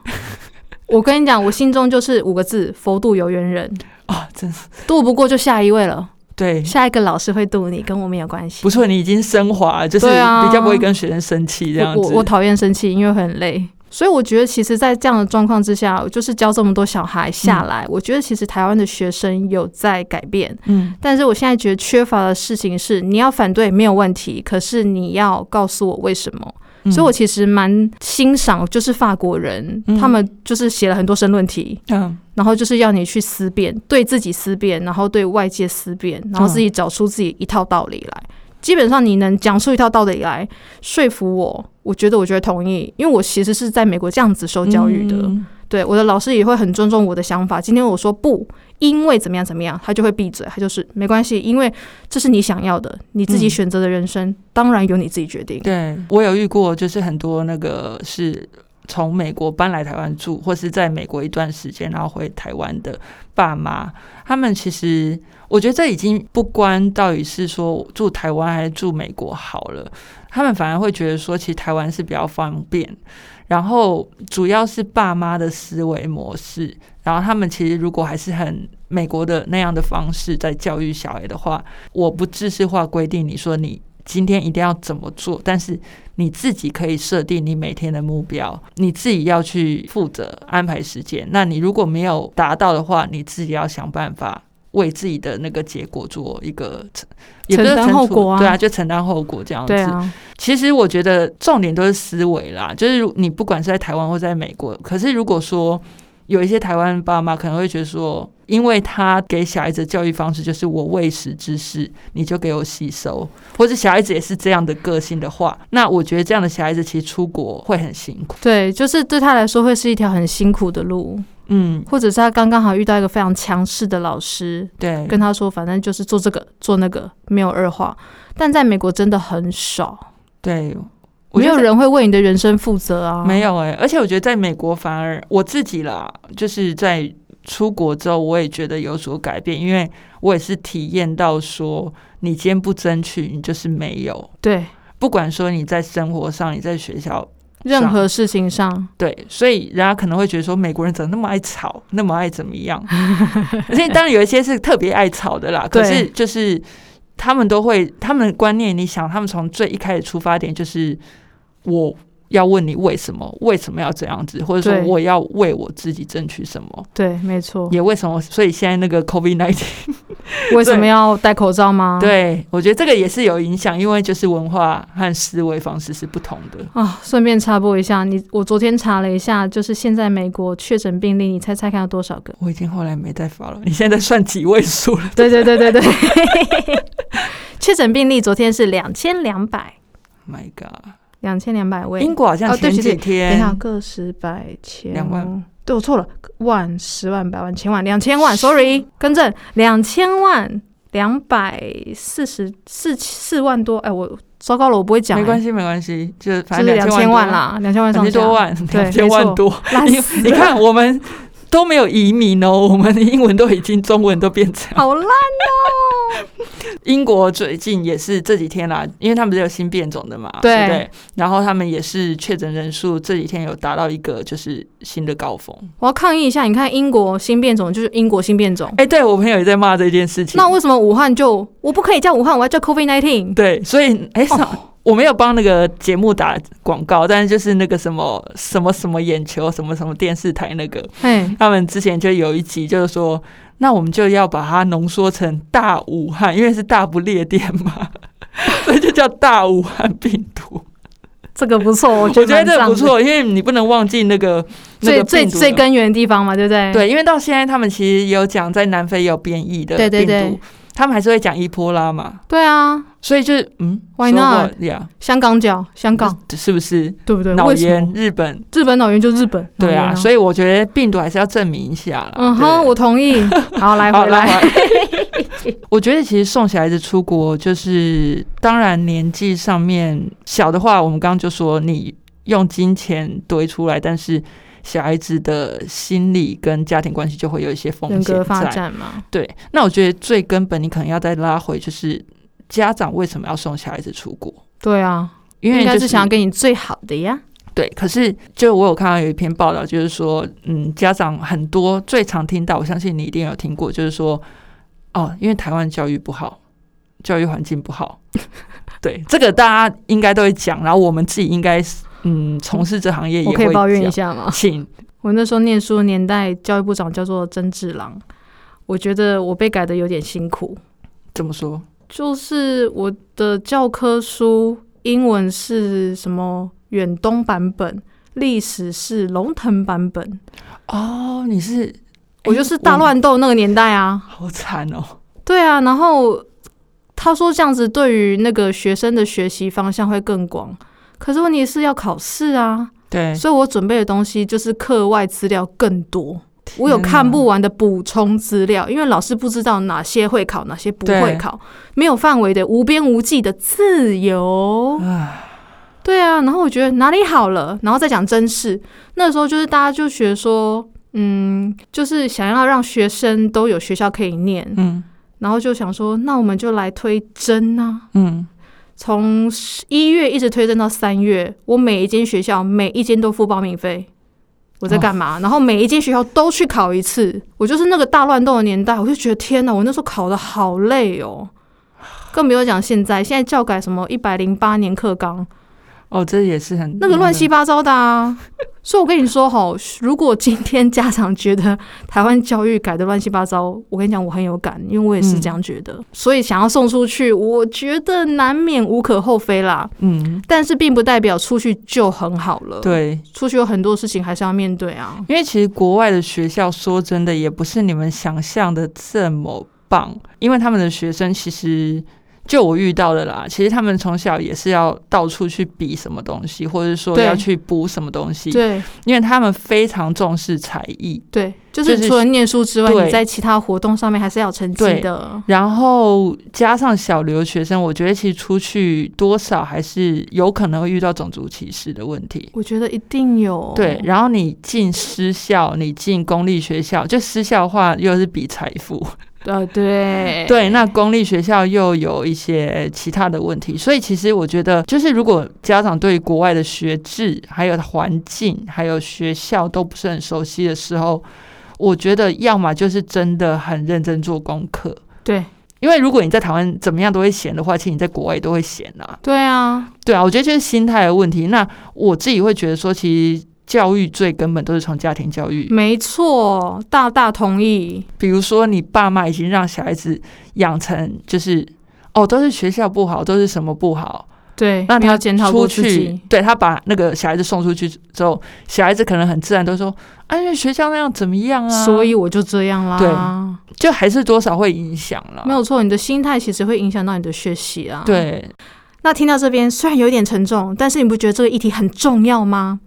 Speaker 1: 我跟你讲，我心中就是五个字：佛度有缘人。
Speaker 2: 啊，真是
Speaker 1: 渡不过就下一位了，
Speaker 2: 对，
Speaker 1: 下一个老师会渡你，跟我没有关系。
Speaker 2: 不错，你已经升华了，就是
Speaker 1: 对啊
Speaker 2: 比较不会跟学生生气这样
Speaker 1: 我我
Speaker 2: 子。
Speaker 1: 我讨厌生气，因为很累。所以我觉得，其实，在这样的状况之下，就是教这么多小孩下来，我觉得其实台湾的学生有在改变。
Speaker 2: 嗯，
Speaker 1: 但是我现在觉得缺乏的事情是，你要反对没有问题，可是你要告诉我为什么。
Speaker 2: 嗯
Speaker 1: 所以我其实蛮欣赏，就是法国人，
Speaker 2: 嗯
Speaker 1: 他们就是写了很多申论题，
Speaker 2: 嗯
Speaker 1: 然后就是要你去思辨，对自己思辨，然后对外界思辨，然后自己找出自己一套道理来。基本上你能讲出一套道理来说服我，我觉得我就会同意，因为我其实是在美国这样子受教育的。
Speaker 2: 嗯
Speaker 1: 对我的老师也会很尊重我的想法。今天我说不，因为怎么样怎么样，他就会闭嘴，他就是没关系，因为这是你想要的，你自己
Speaker 2: 嗯
Speaker 1: 选择的人生，当然由你自己决定。
Speaker 2: 对我有遇过，就是很多那个是从美国搬来台湾住，或是在美国一段时间，然后回台湾的爸妈，他们其实我觉得这已经不关到底是说住台湾还是住美国好了，他们反而会觉得说，其实台湾是比较方便。然后主要是爸妈的思维模式，然后他们其实如果还是很美国的那样的方式在教育小孩的话，我不制式化规定你说你今天一定要怎么做，但是你自己可以设定你每天的目标，你自己要去负责安排时间。那你如果没有达到的话，你自己要想办法为自己的那个结果做一个承，也不是
Speaker 1: 承担
Speaker 2: 惩处
Speaker 1: 后果啊
Speaker 2: 对啊，就承担后果这样子。
Speaker 1: 对啊，
Speaker 2: 其实我觉得重点都是思维啦，就是如你不管是在台湾或在美国，可是如果说有一些台湾爸妈可能会觉得说，因为他给小孩子的教育方式就是我喂食之事，你就给我吸收，或者小孩子也是这样的个性的话，那我觉得这样的小孩子其实出国会很辛苦。
Speaker 1: 对，就是对他来说会是一条很辛苦的路，
Speaker 2: 嗯，
Speaker 1: 或者是他刚刚好遇到一个非常强势的老师，
Speaker 2: 对，
Speaker 1: 跟他说反正就是做这个做那个，没有二话。但在美国真的很少，
Speaker 2: 对，我
Speaker 1: 没
Speaker 2: 觉
Speaker 1: 有
Speaker 2: 得
Speaker 1: 人会为你的人生负责啊。
Speaker 2: 没有哎、而且我觉得在美国反而我自己啦，就是在出国之后，我也觉得有所改变，因为我也是体验到说，你今天不争取，你就是没有。
Speaker 1: 对
Speaker 2: 不管说你在生活上，你在学校，
Speaker 1: 任何事情上，
Speaker 2: 对，所以人家可能会觉得说，美国人怎么那么爱吵，那么爱怎么样？ (laughs) 而且当然有一些是特别爱吵的啦，可是
Speaker 1: 对
Speaker 2: 就是他们都会，他们的观念，你想，他们从最一开始出发点就是我。要问你为什么？为什么要这样子？或者说
Speaker 1: 对哦
Speaker 2: 我要为我自己争取什么？
Speaker 1: 对，没错。
Speaker 2: 也为什么？所以现在那个 COVID nineteen，、
Speaker 1: 为什么要戴口罩吗？
Speaker 2: (laughs) 对我觉得这个也是有影响，因为就是文化和思维方式是不同的。
Speaker 1: 啊，顺便插播一下，你我昨天查了一下，就是现在美国确诊病例，你猜猜看有多少
Speaker 2: (laughs)
Speaker 1: 个？
Speaker 2: 我已经后来没再发了，你现在在算几位数了？ (laughs)
Speaker 1: 对对对对对， (laughs) 确诊病例昨天是两千两百，
Speaker 2: My God！
Speaker 1: 两千两百位
Speaker 2: 英。国好
Speaker 1: 哦
Speaker 2: 像
Speaker 1: 对
Speaker 2: 前
Speaker 1: 不起
Speaker 2: 几
Speaker 1: 等一
Speaker 2: 天，
Speaker 1: 下，个十百千
Speaker 2: 两万，
Speaker 1: 对我错了，万十万百万千万两千万，sorry，更正，两千万两百四十四四万多，哎，我糟糕了，我不会讲、
Speaker 2: 没关
Speaker 1: 系，
Speaker 2: 系，没关系，就是
Speaker 1: 就
Speaker 2: 反
Speaker 1: 是
Speaker 2: 正
Speaker 1: 两
Speaker 2: 千
Speaker 1: 千万，啦，两千万
Speaker 2: 两
Speaker 1: 上
Speaker 2: 千
Speaker 1: 下
Speaker 2: 多，万，
Speaker 1: 对
Speaker 2: 两千万多。
Speaker 1: 烂
Speaker 2: 你
Speaker 1: 死 (laughs)
Speaker 2: 你
Speaker 1: 了
Speaker 2: 看，我们都没有移民哦，我们的英文都已经中文都变成
Speaker 1: 好烂哦。
Speaker 2: 英国最近也是这几天啦，因为他们不是有新变种的嘛，
Speaker 1: 对
Speaker 2: 不对？然后他们也是确诊人数这几天有达到一个就是新的高峰。
Speaker 1: 我要抗议一下，你看英国新变种就是英国新变种，
Speaker 2: 哎，对我朋友也在骂这件事情。
Speaker 1: 那为什么武汉就我不可以叫武汉，我要叫 COVID nineteen？
Speaker 2: 对，所以哎，
Speaker 1: 哦
Speaker 2: 上我没有帮那个节目打广告，但是就是那个什么什么什么眼球什么什么电视台那个，
Speaker 1: (laughs) 哎，
Speaker 2: (laughs) 他们之前就有一集就是说，那我们就要把它浓缩成大武汉，因为是大不列颠嘛， (laughs) 所以就叫大武汉病毒。
Speaker 1: (laughs) 这个不
Speaker 2: (laughs)
Speaker 1: 错，我
Speaker 2: 我
Speaker 1: 觉
Speaker 2: 觉得
Speaker 1: 得
Speaker 2: 这
Speaker 1: 蛮
Speaker 2: 不
Speaker 1: 赞的，
Speaker 2: 错，因为你不能忘记那个那
Speaker 1: 最
Speaker 2: 个
Speaker 1: 最
Speaker 2: 病毒的
Speaker 1: 最根源的地方嘛，对不对？
Speaker 2: 对，因为到现在他们其实也有讲，在南非也有变异的
Speaker 1: 对
Speaker 2: 病毒，
Speaker 1: 对对
Speaker 2: 他们还是会讲伊波拉嘛，
Speaker 1: 对啊，
Speaker 2: 所以就是嗯
Speaker 1: Why
Speaker 2: so
Speaker 1: not？
Speaker 2: what？Yeah，
Speaker 1: 香港脚，香港
Speaker 2: 是不是
Speaker 1: 对不对？
Speaker 2: 脑
Speaker 1: 为什
Speaker 2: 炎
Speaker 1: 么？
Speaker 2: 日本？
Speaker 1: 日本脑炎就日本，
Speaker 2: 对
Speaker 1: 脑炎
Speaker 2: 啊，所以我觉得病毒还是要证明一下啦。
Speaker 1: 嗯
Speaker 2: 对
Speaker 1: 哼，我同意。
Speaker 2: (laughs)
Speaker 1: 好，来
Speaker 2: 好
Speaker 1: 回来，。
Speaker 2: (laughs) 我觉得其实送小孩子出国，就是当然年纪上面小的话，我们刚刚就说你用金钱堆出来，但是小孩子的心理跟家庭关系就会有一些风
Speaker 1: 人格
Speaker 2: 险
Speaker 1: 发
Speaker 2: 在。
Speaker 1: 展嘛，
Speaker 2: 对，那我觉得最根本，你可能要再拉回，就是家长为什么要送小孩子出国？
Speaker 1: 对啊，
Speaker 2: 因为
Speaker 1: 应该
Speaker 2: 就是
Speaker 1: 想要给你最好的呀。
Speaker 2: 对，可是就我有看到有一篇报道，就是说，嗯，家长很多最常听到，我相信你一定有听过，就是说，哦，因为台湾教育不好，教育环境
Speaker 1: (laughs)
Speaker 2: 不好，对，这个大家应该都会讲，然后我们自己应该是，嗯，从事这行业也
Speaker 1: 我
Speaker 2: 会
Speaker 1: 可以抱怨一下
Speaker 2: 讲，
Speaker 1: 吗？
Speaker 2: 请
Speaker 1: 我那时候念书的年代，教育部长叫做曾志郎，我觉得我被改的有点辛苦。
Speaker 2: 怎么说？
Speaker 1: 就是我的教科书英文是什么远东版本，历史是龙腾版本，
Speaker 2: 哦，你是，哎
Speaker 1: 我就是大乱斗那个年代啊。
Speaker 2: 好惨哦，
Speaker 1: 对啊，然后他说这样子对于那个学生的学习方向会更广，可是问题是要考试啊，
Speaker 2: 对，
Speaker 1: 所以我准备的东西就是课外资料更多。我有
Speaker 2: 天哪
Speaker 1: 看不完的补充资料，因为老师不知道哪些会考，哪些不会
Speaker 2: 对
Speaker 1: 考，没有范围的无边无际的自由。
Speaker 2: 唉
Speaker 1: 对啊，然后我觉得哪里好了，然后再讲真事。那时候就是大家就学说，嗯，就是想要让学生都有学校可以念，
Speaker 2: 嗯
Speaker 1: 然后就想说，那我们就来推甄啊，
Speaker 2: 嗯，
Speaker 1: 从一月一直推甄到三月，我每一间学校每一间都付报名费。我在干嘛？然后每一间学校都去考一次，我就是那个大乱斗的年代，我就觉得天哪，我那时候考的好累哦，更不用讲现在，现在教改什么一百零八年课纲，
Speaker 2: 哦，这也是很
Speaker 1: 那个乱七八糟的啊。所以我跟你说吼，如果今天家长觉得台湾教育改的乱七八糟，我跟你讲，我很有感，因为我也是这样觉得，所以想要送出去，我觉得难免无可厚非啦。
Speaker 2: 嗯，
Speaker 1: 但是并不代表出去就很好了，，
Speaker 2: 对，
Speaker 1: 出去有很多事情还是要面对啊。
Speaker 2: 因为其实国外的学校说真的也不是你们想象的这么棒，因为他们的学生其实就我遇到的啦，其实他们从小也是要到处去比什么东西，或者说
Speaker 1: 对
Speaker 2: 要去补什么东西，
Speaker 1: 对
Speaker 2: 因为他们非常重视才艺。
Speaker 1: 对，就
Speaker 2: 就是是
Speaker 1: 除了念书之外，
Speaker 2: 对
Speaker 1: 你在其他活动上面还是要有成绩
Speaker 2: 对
Speaker 1: 的。
Speaker 2: 然后加上小留学生，我觉得其实出去多少还是有可能会遇到种族歧视的问题。
Speaker 1: 我觉得一定有，
Speaker 2: 对，然后你进私校，你进公立学校，就私校的话又是比财富，
Speaker 1: 呃，对
Speaker 2: 对，那公立学校又有一些其他的问题，所以其实我觉得，就是如果家长对国外的学制、还有环境、还有学校都不是很熟悉的时候，我觉得要么就是真的很认真做功课，
Speaker 1: 对
Speaker 2: 因为如果你在台湾怎么样都会闲的话，其实你在国外也都会闲啦、
Speaker 1: 对啊，
Speaker 2: 对啊，我觉得这是心态的问题。那我自己会觉得说，其实。教育最根本都是从家庭教育，
Speaker 1: 没错，大大同意。
Speaker 2: 比如说你爸妈已经让小孩子养成就是哦，都是学校不好，都是什么不好，
Speaker 1: 对，
Speaker 2: 那
Speaker 1: 没有
Speaker 2: 他
Speaker 1: 哎检讨
Speaker 2: 出
Speaker 1: 过自
Speaker 2: 去
Speaker 1: 己，，
Speaker 2: 对他把那个小孩子送出去之后，小孩子可能很自然都说，啊，因为学校那样怎么样啊，
Speaker 1: 所以我就这样啦。
Speaker 2: 就还是多少会影响了，
Speaker 1: 没有错，你的心态其实会影响到你的学习啊。，
Speaker 2: 对，
Speaker 1: 那听到这边虽然有点沉重，但是你不觉得这个议题很重要吗？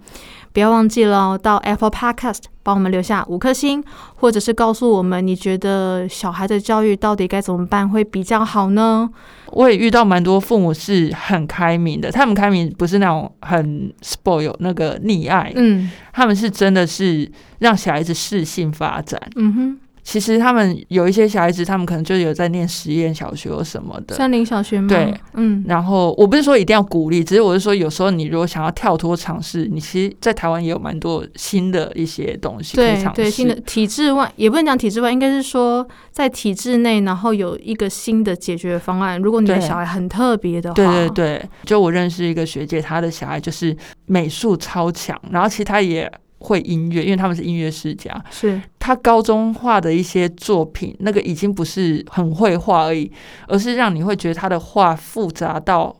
Speaker 1: 不要忘记了哦到 Apple Podcast 帮我们留下五颗星，或者是告诉我们你觉得小孩的教育到底该怎么办会比较好呢？
Speaker 2: 我也遇到蛮多父母是很开明的，他们开明不是那种很 spoil 那个溺爱，
Speaker 1: 嗯
Speaker 2: 他们是真的是让小孩子适性发展。
Speaker 1: 嗯哼，
Speaker 2: 其实他们有一些小孩子，他们可能就有在念实验小学或什么的。
Speaker 1: 森林小学吗？
Speaker 2: 对，
Speaker 1: 嗯，
Speaker 2: 然后我不是说一定要鼓励，只是我是说有时候你如果想要跳脱尝试，你其实，在台湾也有蛮多新的一些东西可以
Speaker 1: 对
Speaker 2: 尝试。
Speaker 1: 对，新的体制外也不能讲体制外，应该是说在体制内，然后有一个新的解决方案。如果你的
Speaker 2: 对
Speaker 1: 小孩很特别的话，
Speaker 2: 对对对，就我认识一个学姐，她的小孩就是美术超强，然后其实她也会音乐，因为他们是音乐世家。
Speaker 1: 是
Speaker 2: 她高中画的一些作品，那个已经不是很会画而已，而是让你会觉得她的画复杂到，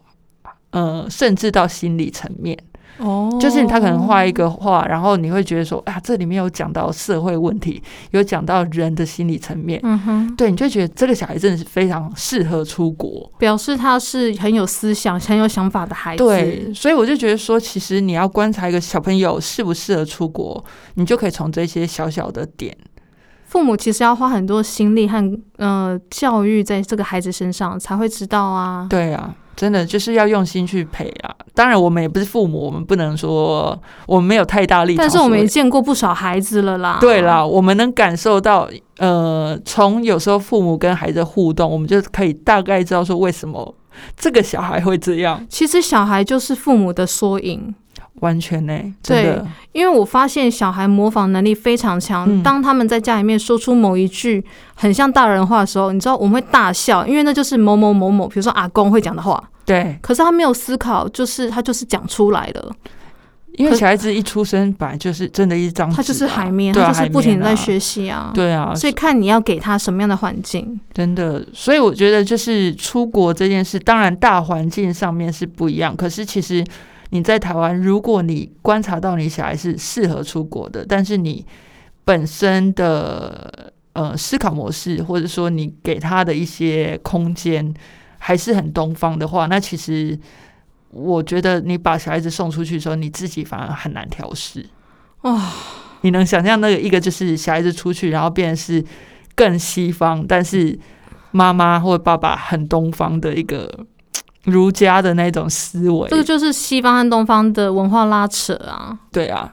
Speaker 2: 呃，甚至到心理层面。
Speaker 1: 哦，
Speaker 2: 就是他可能画一个画，然后你会觉得说啊，这里面有讲到社会问题，有讲到人的心理层面，
Speaker 1: 嗯哼，
Speaker 2: 对，你就觉得这个小孩真的是非常适合出国。
Speaker 1: 表示他是很有思想、很有想法的孩子。
Speaker 2: 对，所以我就觉得说，其实你要观察一个小朋友适不适合出国，你就可以从这些小小的点，
Speaker 1: 父母其实要花很多心力和呃教育在这个孩子身上，才会知道啊。
Speaker 2: 对啊，真的就是要用心去培啊。当然，我们也不是父母，我们不能说我们没有太大力，
Speaker 1: 但是我们也见过不少孩子了啦。
Speaker 2: 对，啦，我们能感受到，呃，从有时候父母跟孩子的互动，我们就可以大概知道说为什么这个小孩会这样。
Speaker 1: 其实小孩就是父母的缩影。
Speaker 2: 完全呢、真的，
Speaker 1: 因为我发现小孩模仿能力非常强，
Speaker 2: 嗯
Speaker 1: 当他们在家里面说出某一句很像大人话的时候，你知道我们会大笑，因为那就是某某某某，比如说阿公会讲的话，
Speaker 2: 对，
Speaker 1: 可是他没有思考，就是他就是讲出来了，
Speaker 2: 因为
Speaker 1: 可
Speaker 2: 小孩子一出生本来就是真的一张、
Speaker 1: 他就是海绵，
Speaker 2: 对啊
Speaker 1: 他就是不停地在
Speaker 2: 海绵啊
Speaker 1: 学习啊。
Speaker 2: 对啊，
Speaker 1: 所以看你要给他什么样的环境，
Speaker 2: 真的，所以我觉得就是出国这件事，当然大环境上面是不一样，可是其实你在台湾，如果你观察到你小孩是适合出国的，但是你本身的呃思考模式，或者说你给他的一些空间还是很东方的话，那其实我觉得你把小孩子送出去的时候，你自己反而很难调试。
Speaker 1: 哇，
Speaker 2: 你能想象那个一个就是小孩子出去，然后变成是更西方，但是妈妈或爸爸很东方的一个嘖儒家的那种思维
Speaker 1: 这，个就是西方和东方的文化拉扯啊。
Speaker 2: 对啊，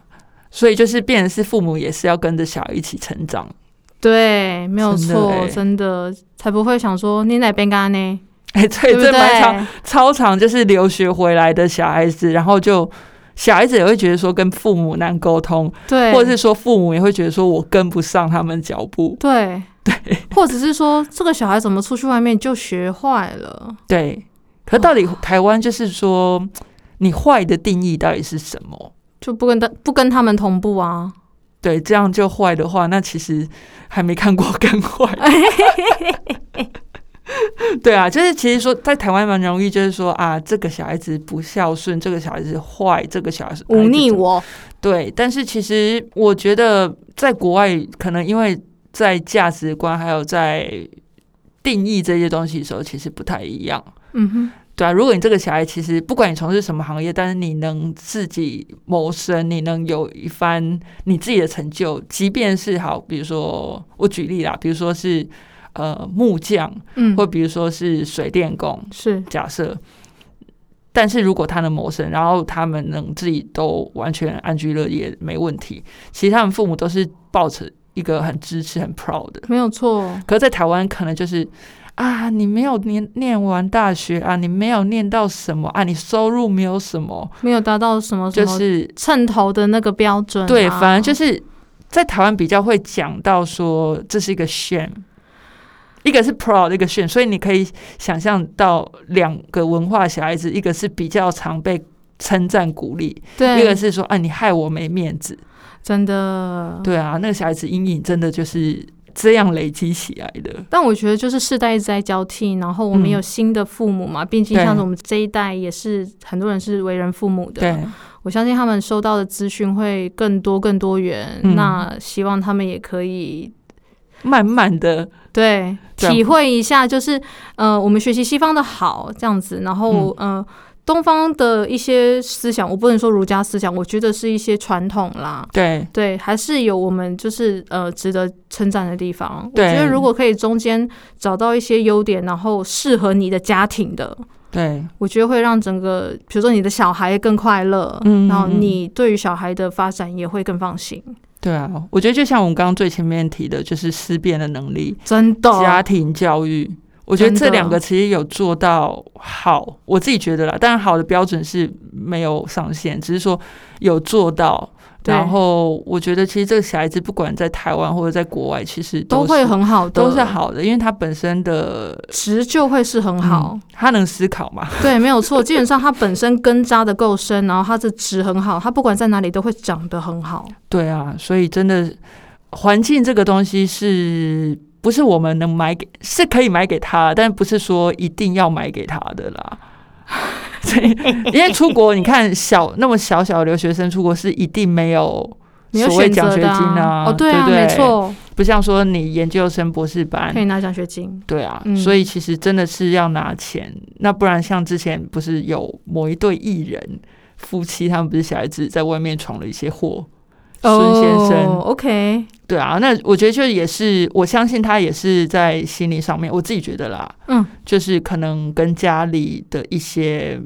Speaker 2: 所以就是变成是父母也是要跟着小孩一起成长， (laughs)
Speaker 1: 对，没有
Speaker 2: 真的
Speaker 1: 错，
Speaker 2: 欸
Speaker 1: 真的才不会想说你哪边干呢，
Speaker 2: 哎、 (laughs) 对，
Speaker 1: 对不
Speaker 2: 这蛮常
Speaker 1: 对？
Speaker 2: 超常就是留学回来的小孩子，然后就。小孩子也会觉得说跟父母难沟通，
Speaker 1: 对，
Speaker 2: 或者是说父母也会觉得说我跟不上他们脚步，
Speaker 1: 对
Speaker 2: (laughs)
Speaker 1: 对，或者是说这个小孩怎么出去外面就学坏了？
Speaker 2: 对。可到
Speaker 1: 哦
Speaker 2: 底台湾就是说，你坏的定义到底是什么？
Speaker 1: 就不跟他不跟他们同步啊！
Speaker 2: 对，这样就坏的话，那其实还没看过更
Speaker 1: (laughs)
Speaker 2: 坏。对啊，就是其实说在台湾蛮容易，就是说啊，这个小孩子不孝顺，这个小孩子坏，这个小孩子
Speaker 1: 忤逆。
Speaker 2: 孩子
Speaker 1: 我，
Speaker 2: 怎么对，但是其实我觉得在国外，可能因为在价值观还有在定义这些东西的时候，其实不太一样。
Speaker 1: 嗯哼，
Speaker 2: 对啊，如果你这个小孩其实不管你从事什么行业，但是你能自己谋生，你能有一番你自己的成就，即便是好，比如说我举例啦，比如说是呃木匠，
Speaker 1: 嗯，
Speaker 2: 或比如说是水电工，
Speaker 1: 是
Speaker 2: 假设。但是如果他能谋生，然后他们能自己都完全安居乐业，没问题。其实他们父母都是抱着一个很支持、很 proud 的
Speaker 1: 没有错，
Speaker 2: 可是在台湾可能就是啊，你没有念念完大学啊，你没有念到什么啊，你收入没有什么，
Speaker 1: 没有达到什么什
Speaker 2: 就
Speaker 1: 么
Speaker 2: 是
Speaker 1: 称头的那个标准啊、
Speaker 2: 对，反而就是是在台湾比较会讲到说这是一个 shame。一个是 proud，一个 shame，所以你可以想象到两个文化小孩子，一个是比较常被称赞鼓励，一
Speaker 1: 对
Speaker 2: 个，是说啊你害我没面子，
Speaker 1: 真的。
Speaker 2: 对啊，那个小孩子阴影真的就是这样累积起来的，
Speaker 1: 但我觉得就是世代一直在交替，然后我们
Speaker 2: 嗯
Speaker 1: 有新的父母嘛，毕竟
Speaker 2: 对
Speaker 1: 像是我们这一代也是很多人是为人父母的，
Speaker 2: 对，
Speaker 1: 我相信他们收到的资讯会更多更多元，
Speaker 2: 嗯
Speaker 1: 那希望他们也可以
Speaker 2: 慢慢的
Speaker 1: 对
Speaker 2: 这样
Speaker 1: 体会一下，就是呃，我们学习西方的好这样子，然后、
Speaker 2: 嗯
Speaker 1: 呃，东方的一些思想，我不能说儒家思想，我觉得是一些传统啦。
Speaker 2: 对，
Speaker 1: 对，还是有我们就是呃值得称赞的地方。我
Speaker 2: 对
Speaker 1: 觉得如果可以中间找到一些优点，然后适合你的家庭的，
Speaker 2: 对，
Speaker 1: 我觉得会让整个，比如说你的小孩更快乐，
Speaker 2: 嗯
Speaker 1: 然后
Speaker 2: 嗯嗯
Speaker 1: 你对于小孩的发展也会更放心，
Speaker 2: 对啊，我觉得就像我们刚刚最前面提的，就是思辨的能力、
Speaker 1: 真的。
Speaker 2: 家庭教育，我觉得
Speaker 1: 真
Speaker 2: 这
Speaker 1: 的
Speaker 2: 两个其实有做到好，我自己觉得啦。当然，好的标准是没有上限，只是说有做到。
Speaker 1: 对
Speaker 2: 然后，我觉得其实这个小孩子不管在台湾或者在国外，其实
Speaker 1: 都
Speaker 2: 是
Speaker 1: 会很好的，
Speaker 2: 都是，好的，因为他本身的
Speaker 1: 直就会是很好
Speaker 2: 嗯，他能思考嘛，
Speaker 1: 对，没有错。基本上它本身根扎的够深，然后它的值很好，它不管在哪里都会长得很好。
Speaker 2: 对啊，所以真的环境这个东西是不是我们能买给是可以买给他，但不是说一定要买给他的啦。 (laughs)
Speaker 1: (laughs)
Speaker 2: 所以，因为出国，你看小那么小小的留学生出国是一定没有
Speaker 1: 你有
Speaker 2: 所谓
Speaker 1: 选
Speaker 2: 奖
Speaker 1: 择
Speaker 2: 学
Speaker 1: 的
Speaker 2: 金
Speaker 1: 啊，哦，
Speaker 2: 对
Speaker 1: 啊，
Speaker 2: 不对
Speaker 1: 没，错，
Speaker 2: 不像说你研究生、博士班
Speaker 1: 可，以拿奖学金。
Speaker 2: 对啊，
Speaker 1: 嗯
Speaker 2: 所以其实真的是要拿钱，那不然像之前不是有某一对艺人夫妻，他们不是小孩子在外面闯了一些祸，孙先生、
Speaker 1: 哦、，OK，
Speaker 2: 对啊，那我觉得就也是，我相信他也是在心理上面，我自己觉得啦，
Speaker 1: 嗯，
Speaker 2: 就是可能跟家里的一些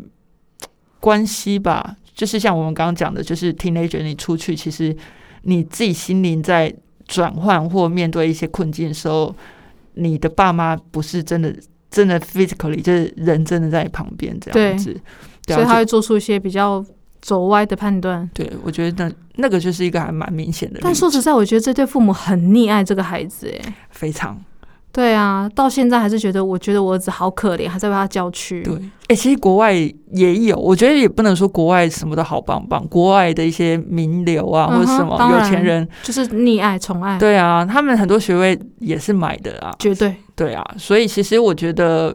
Speaker 2: 嘖关系吧，就是像我们刚刚讲的，就是 teenager 你出去，其实你自己心灵在转换或面对一些困境的时候，你的爸妈不是真的真的 physically 就是人真的在你旁边这样子，对啊
Speaker 1: 所以他
Speaker 2: 就
Speaker 1: 会做出一些比较走歪的判断。
Speaker 2: 对，我觉得那那个就是一个还蛮明显的例子，
Speaker 1: 但说实在，我觉得这对父母很溺爱这个孩子、诶，哎，
Speaker 2: 非常
Speaker 1: 对啊，到现在还是觉得，我觉得我儿子好可怜，还在为他郊区。
Speaker 2: 对。哎、其实国外也有，我觉得也不能说国外什么都好棒棒，国外的一些名流啊、或
Speaker 1: 嗯
Speaker 2: 者
Speaker 1: 哼
Speaker 2: 什么
Speaker 1: 当
Speaker 2: 有
Speaker 1: 然
Speaker 2: 钱人，
Speaker 1: 就是溺爱、宠爱，
Speaker 2: 对啊，他们很多学位也是买的啊，
Speaker 1: 绝对
Speaker 2: 对啊，所以其实我觉得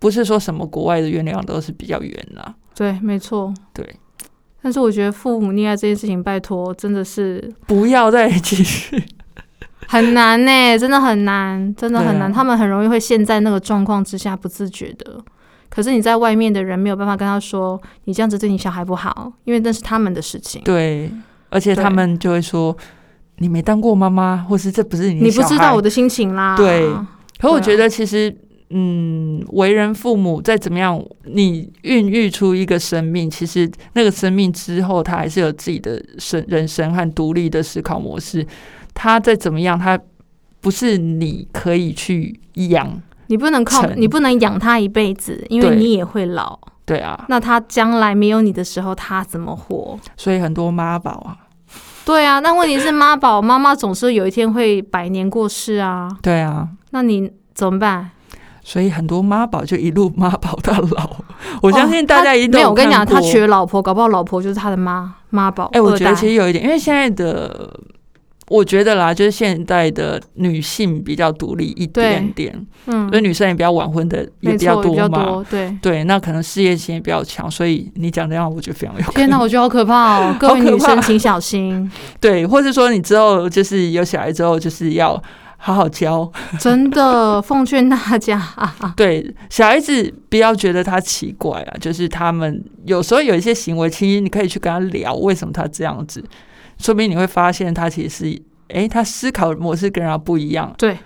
Speaker 2: 不是说什么国外的月亮都是比较圆啦、
Speaker 1: 对，没错，
Speaker 2: 对。
Speaker 1: 但是我觉得父母溺爱这件事情，拜托，真的是
Speaker 2: 不要 (laughs) 再继续。
Speaker 1: 很难呢、欸真的很难，真的很难。
Speaker 2: 对啊
Speaker 1: 他们很容易会陷在那个状况之下，不自觉的。可是你在外面的人没有办法跟他说，你这样子对你小孩不好，因为那是他们的事情。
Speaker 2: 对，而且
Speaker 1: 对
Speaker 2: 他们就会说你没当过妈妈，或是这不是你的
Speaker 1: 你不
Speaker 2: 小
Speaker 1: 知道
Speaker 2: 孩
Speaker 1: 我的心情啦。
Speaker 2: 对可我
Speaker 1: 对啊
Speaker 2: 觉得其实，嗯，为人父母再怎么样，你孕育出一个生命，其实那个生命之后，他还是有自己的生人生和独立的思考模式。他再怎么样，他不是你可以去养，
Speaker 1: 你不能靠，
Speaker 2: 成
Speaker 1: 你不能养他一辈子，因为
Speaker 2: 对
Speaker 1: 你也会老。
Speaker 2: 对啊。
Speaker 1: 那他将来没有你的时候，他怎么活？
Speaker 2: 所以很多妈宝啊，
Speaker 1: 对啊，但问题是妈宝妈妈总是有一天会百年过世啊，
Speaker 2: 对啊。
Speaker 1: 那你怎么办？
Speaker 2: 所以很多妈宝就一路妈宝到
Speaker 1: (laughs)
Speaker 2: 老，我相信大家一定
Speaker 1: 哦他没有，我跟你讲，他
Speaker 2: 学。
Speaker 1: 娶了老婆，搞不好老婆就是他的妈妈宝。
Speaker 2: 哎、我觉
Speaker 1: 二代
Speaker 2: 得其实有一点，因为现在的，我觉得啦，就是现代的女性比较独立一点点，
Speaker 1: 嗯
Speaker 2: 所以，女生也比较晚婚的也
Speaker 1: 没错，
Speaker 2: 比较
Speaker 1: 比较
Speaker 2: 嘛。
Speaker 1: 多，对。
Speaker 2: 对，那可能事业心也比较强，所以你讲这样，我觉得非常有可
Speaker 1: 天哪，
Speaker 2: 能。
Speaker 1: 我觉得好可怕哦！各位
Speaker 2: (laughs) 好可
Speaker 1: 女
Speaker 2: 怕
Speaker 1: 生请小心，
Speaker 2: 对，或是说你之后就是有小孩之后，就是要好好教。
Speaker 1: 真的奉劝大家啊啊！
Speaker 2: 对，小孩子不要觉得他奇怪啊，就是他们有时候有一些行为，其实你可以去跟他聊为什么他这样子，说不定你会发现他其实是，哎，他思考模式跟人家不一样。
Speaker 1: 对，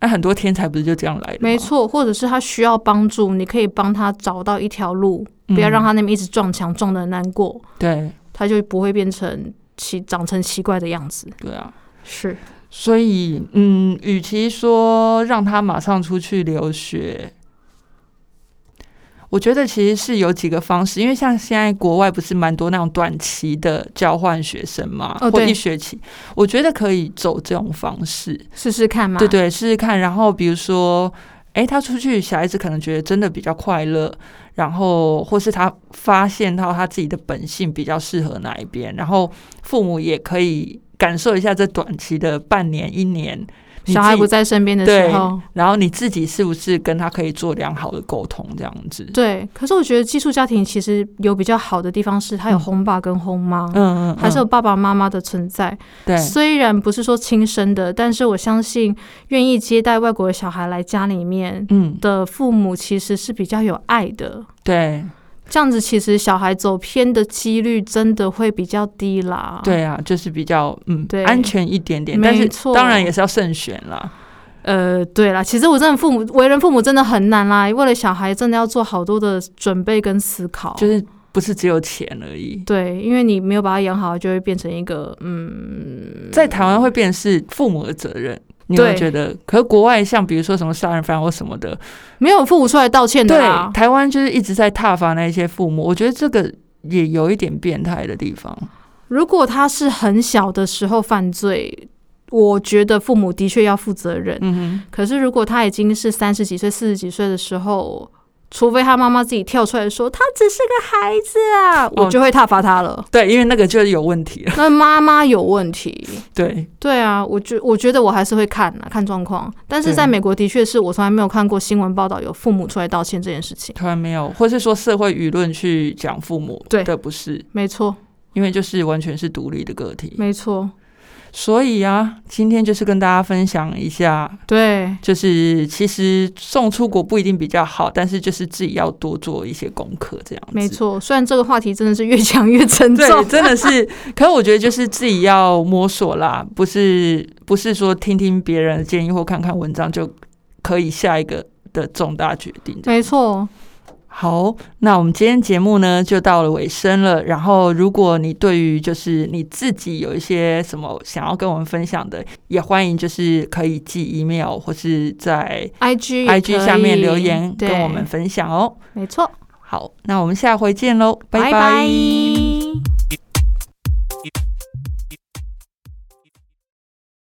Speaker 2: 那很多天才不是就这样来的？
Speaker 1: 没，错，或者是他需要帮助，你可以帮他找到一条路，不要让
Speaker 2: 他、
Speaker 1: 他那边一直撞墙，撞的难过，
Speaker 2: 嗯对
Speaker 1: 他就不会变成奇长成奇怪的样子。
Speaker 2: 对啊。
Speaker 1: 是，
Speaker 2: 所以，嗯，与其说让他马上出去留学，我觉得其实是有几个方式，因为像现在国外不是蛮多那种短期的交换学生嘛，
Speaker 1: 哦
Speaker 2: 或
Speaker 1: 对
Speaker 2: 一学期，我觉得可以走这种方式，
Speaker 1: 试试看嘛。
Speaker 2: 对对，试试看。然后比如说，诶，他出去，小孩子可能觉得真的比较快乐，然后或是他发现到他自己的本性比较适合哪一边，然后父母也可以感受一下这短期的半年、一年，你
Speaker 1: 小
Speaker 2: 自
Speaker 1: 孩
Speaker 2: 己
Speaker 1: 不在身边的时
Speaker 2: 对
Speaker 1: 候，
Speaker 2: 然后你自己是不是跟他可以做良好的沟通，这样子。
Speaker 1: 对。可是我觉得寄宿家庭其实有比较好的地方是，它有
Speaker 2: 嗯
Speaker 1: 轰爸跟轰妈。
Speaker 2: 嗯嗯，
Speaker 1: 还是有
Speaker 2: 嗯
Speaker 1: 爸爸妈妈的存在，
Speaker 2: 对
Speaker 1: 虽然不是说亲生的，但是我相信愿意接待外国的小孩来家里面
Speaker 2: 嗯
Speaker 1: 的父母其实是比较有爱的。
Speaker 2: 对
Speaker 1: 这样子其实小孩走偏的几率真的会比较低啦。，
Speaker 2: 对啊，就是比较嗯
Speaker 1: 对
Speaker 2: 安全一点点，但
Speaker 1: 没
Speaker 2: 是
Speaker 1: 错
Speaker 2: 当然也是要慎选啦。
Speaker 1: 呃，对啦，其实我真的父母为人父母真的很难啦，为了小孩真的要做好多的准备跟思考。
Speaker 2: 就是不是只有钱而已。
Speaker 1: 对，因为你没有把他养好，就会变成一个嗯，
Speaker 2: 在台湾会变成是父母的责任，你会
Speaker 1: 对
Speaker 2: 觉得？可是国外像比如说什么杀人犯或什么的，
Speaker 1: 没有父母出来道歉的
Speaker 2: 对
Speaker 1: 啦，。
Speaker 2: 台湾就是一直在挞伐那些父母，我觉得这个也有一点变态的地方。
Speaker 1: 如果他是很小的时候犯罪，我觉得父母的确要负责任。
Speaker 2: 嗯哼，
Speaker 1: 可是如果他已经是三十几岁、四十几岁的时候，除非他妈妈自己跳出来说他只是个孩子啊，
Speaker 2: 哦
Speaker 1: 我就会挞伐他了。
Speaker 2: 对，因为那个就是有问题了。
Speaker 1: 那妈妈有问题，
Speaker 2: 对，
Speaker 1: 对啊，我觉我觉得我还是会看啊，看状况。但是
Speaker 2: 对啊
Speaker 1: 在美国的确是我从来没有看过新闻报道有父母出来道歉这件事情。
Speaker 2: 突然没有，或是说社会舆论去讲父母
Speaker 1: 对
Speaker 2: 的不是，
Speaker 1: 没错，
Speaker 2: 因为就是完全是独立的个体。
Speaker 1: 没错，
Speaker 2: 所以啊，今天就是跟大家分享一下。
Speaker 1: 对，
Speaker 2: 就是其实送出国不一定比较好，但是就是自己要多做一些功课，这样子。
Speaker 1: 没错。虽然这个话题真的是越讲越沉重，
Speaker 2: (laughs) 对，真的是。可是我觉得就是自己要摸索啦，不是不是说听听别人的建议或看看文章就可以下一个的重大决定的。
Speaker 1: 没错，
Speaker 2: 好，那我们今天节目呢就到了尾声了。然后，如果你对于就是你自己有一些什么想要跟我们分享的，也欢迎就是可以寄 email 或是在
Speaker 1: IG 也
Speaker 2: IG 下面
Speaker 1: 可以
Speaker 2: 留言
Speaker 1: 对
Speaker 2: 跟我们分享哦。
Speaker 1: 没错，
Speaker 2: 好，那我们下回见喽，
Speaker 1: 拜
Speaker 2: 拜
Speaker 1: 拜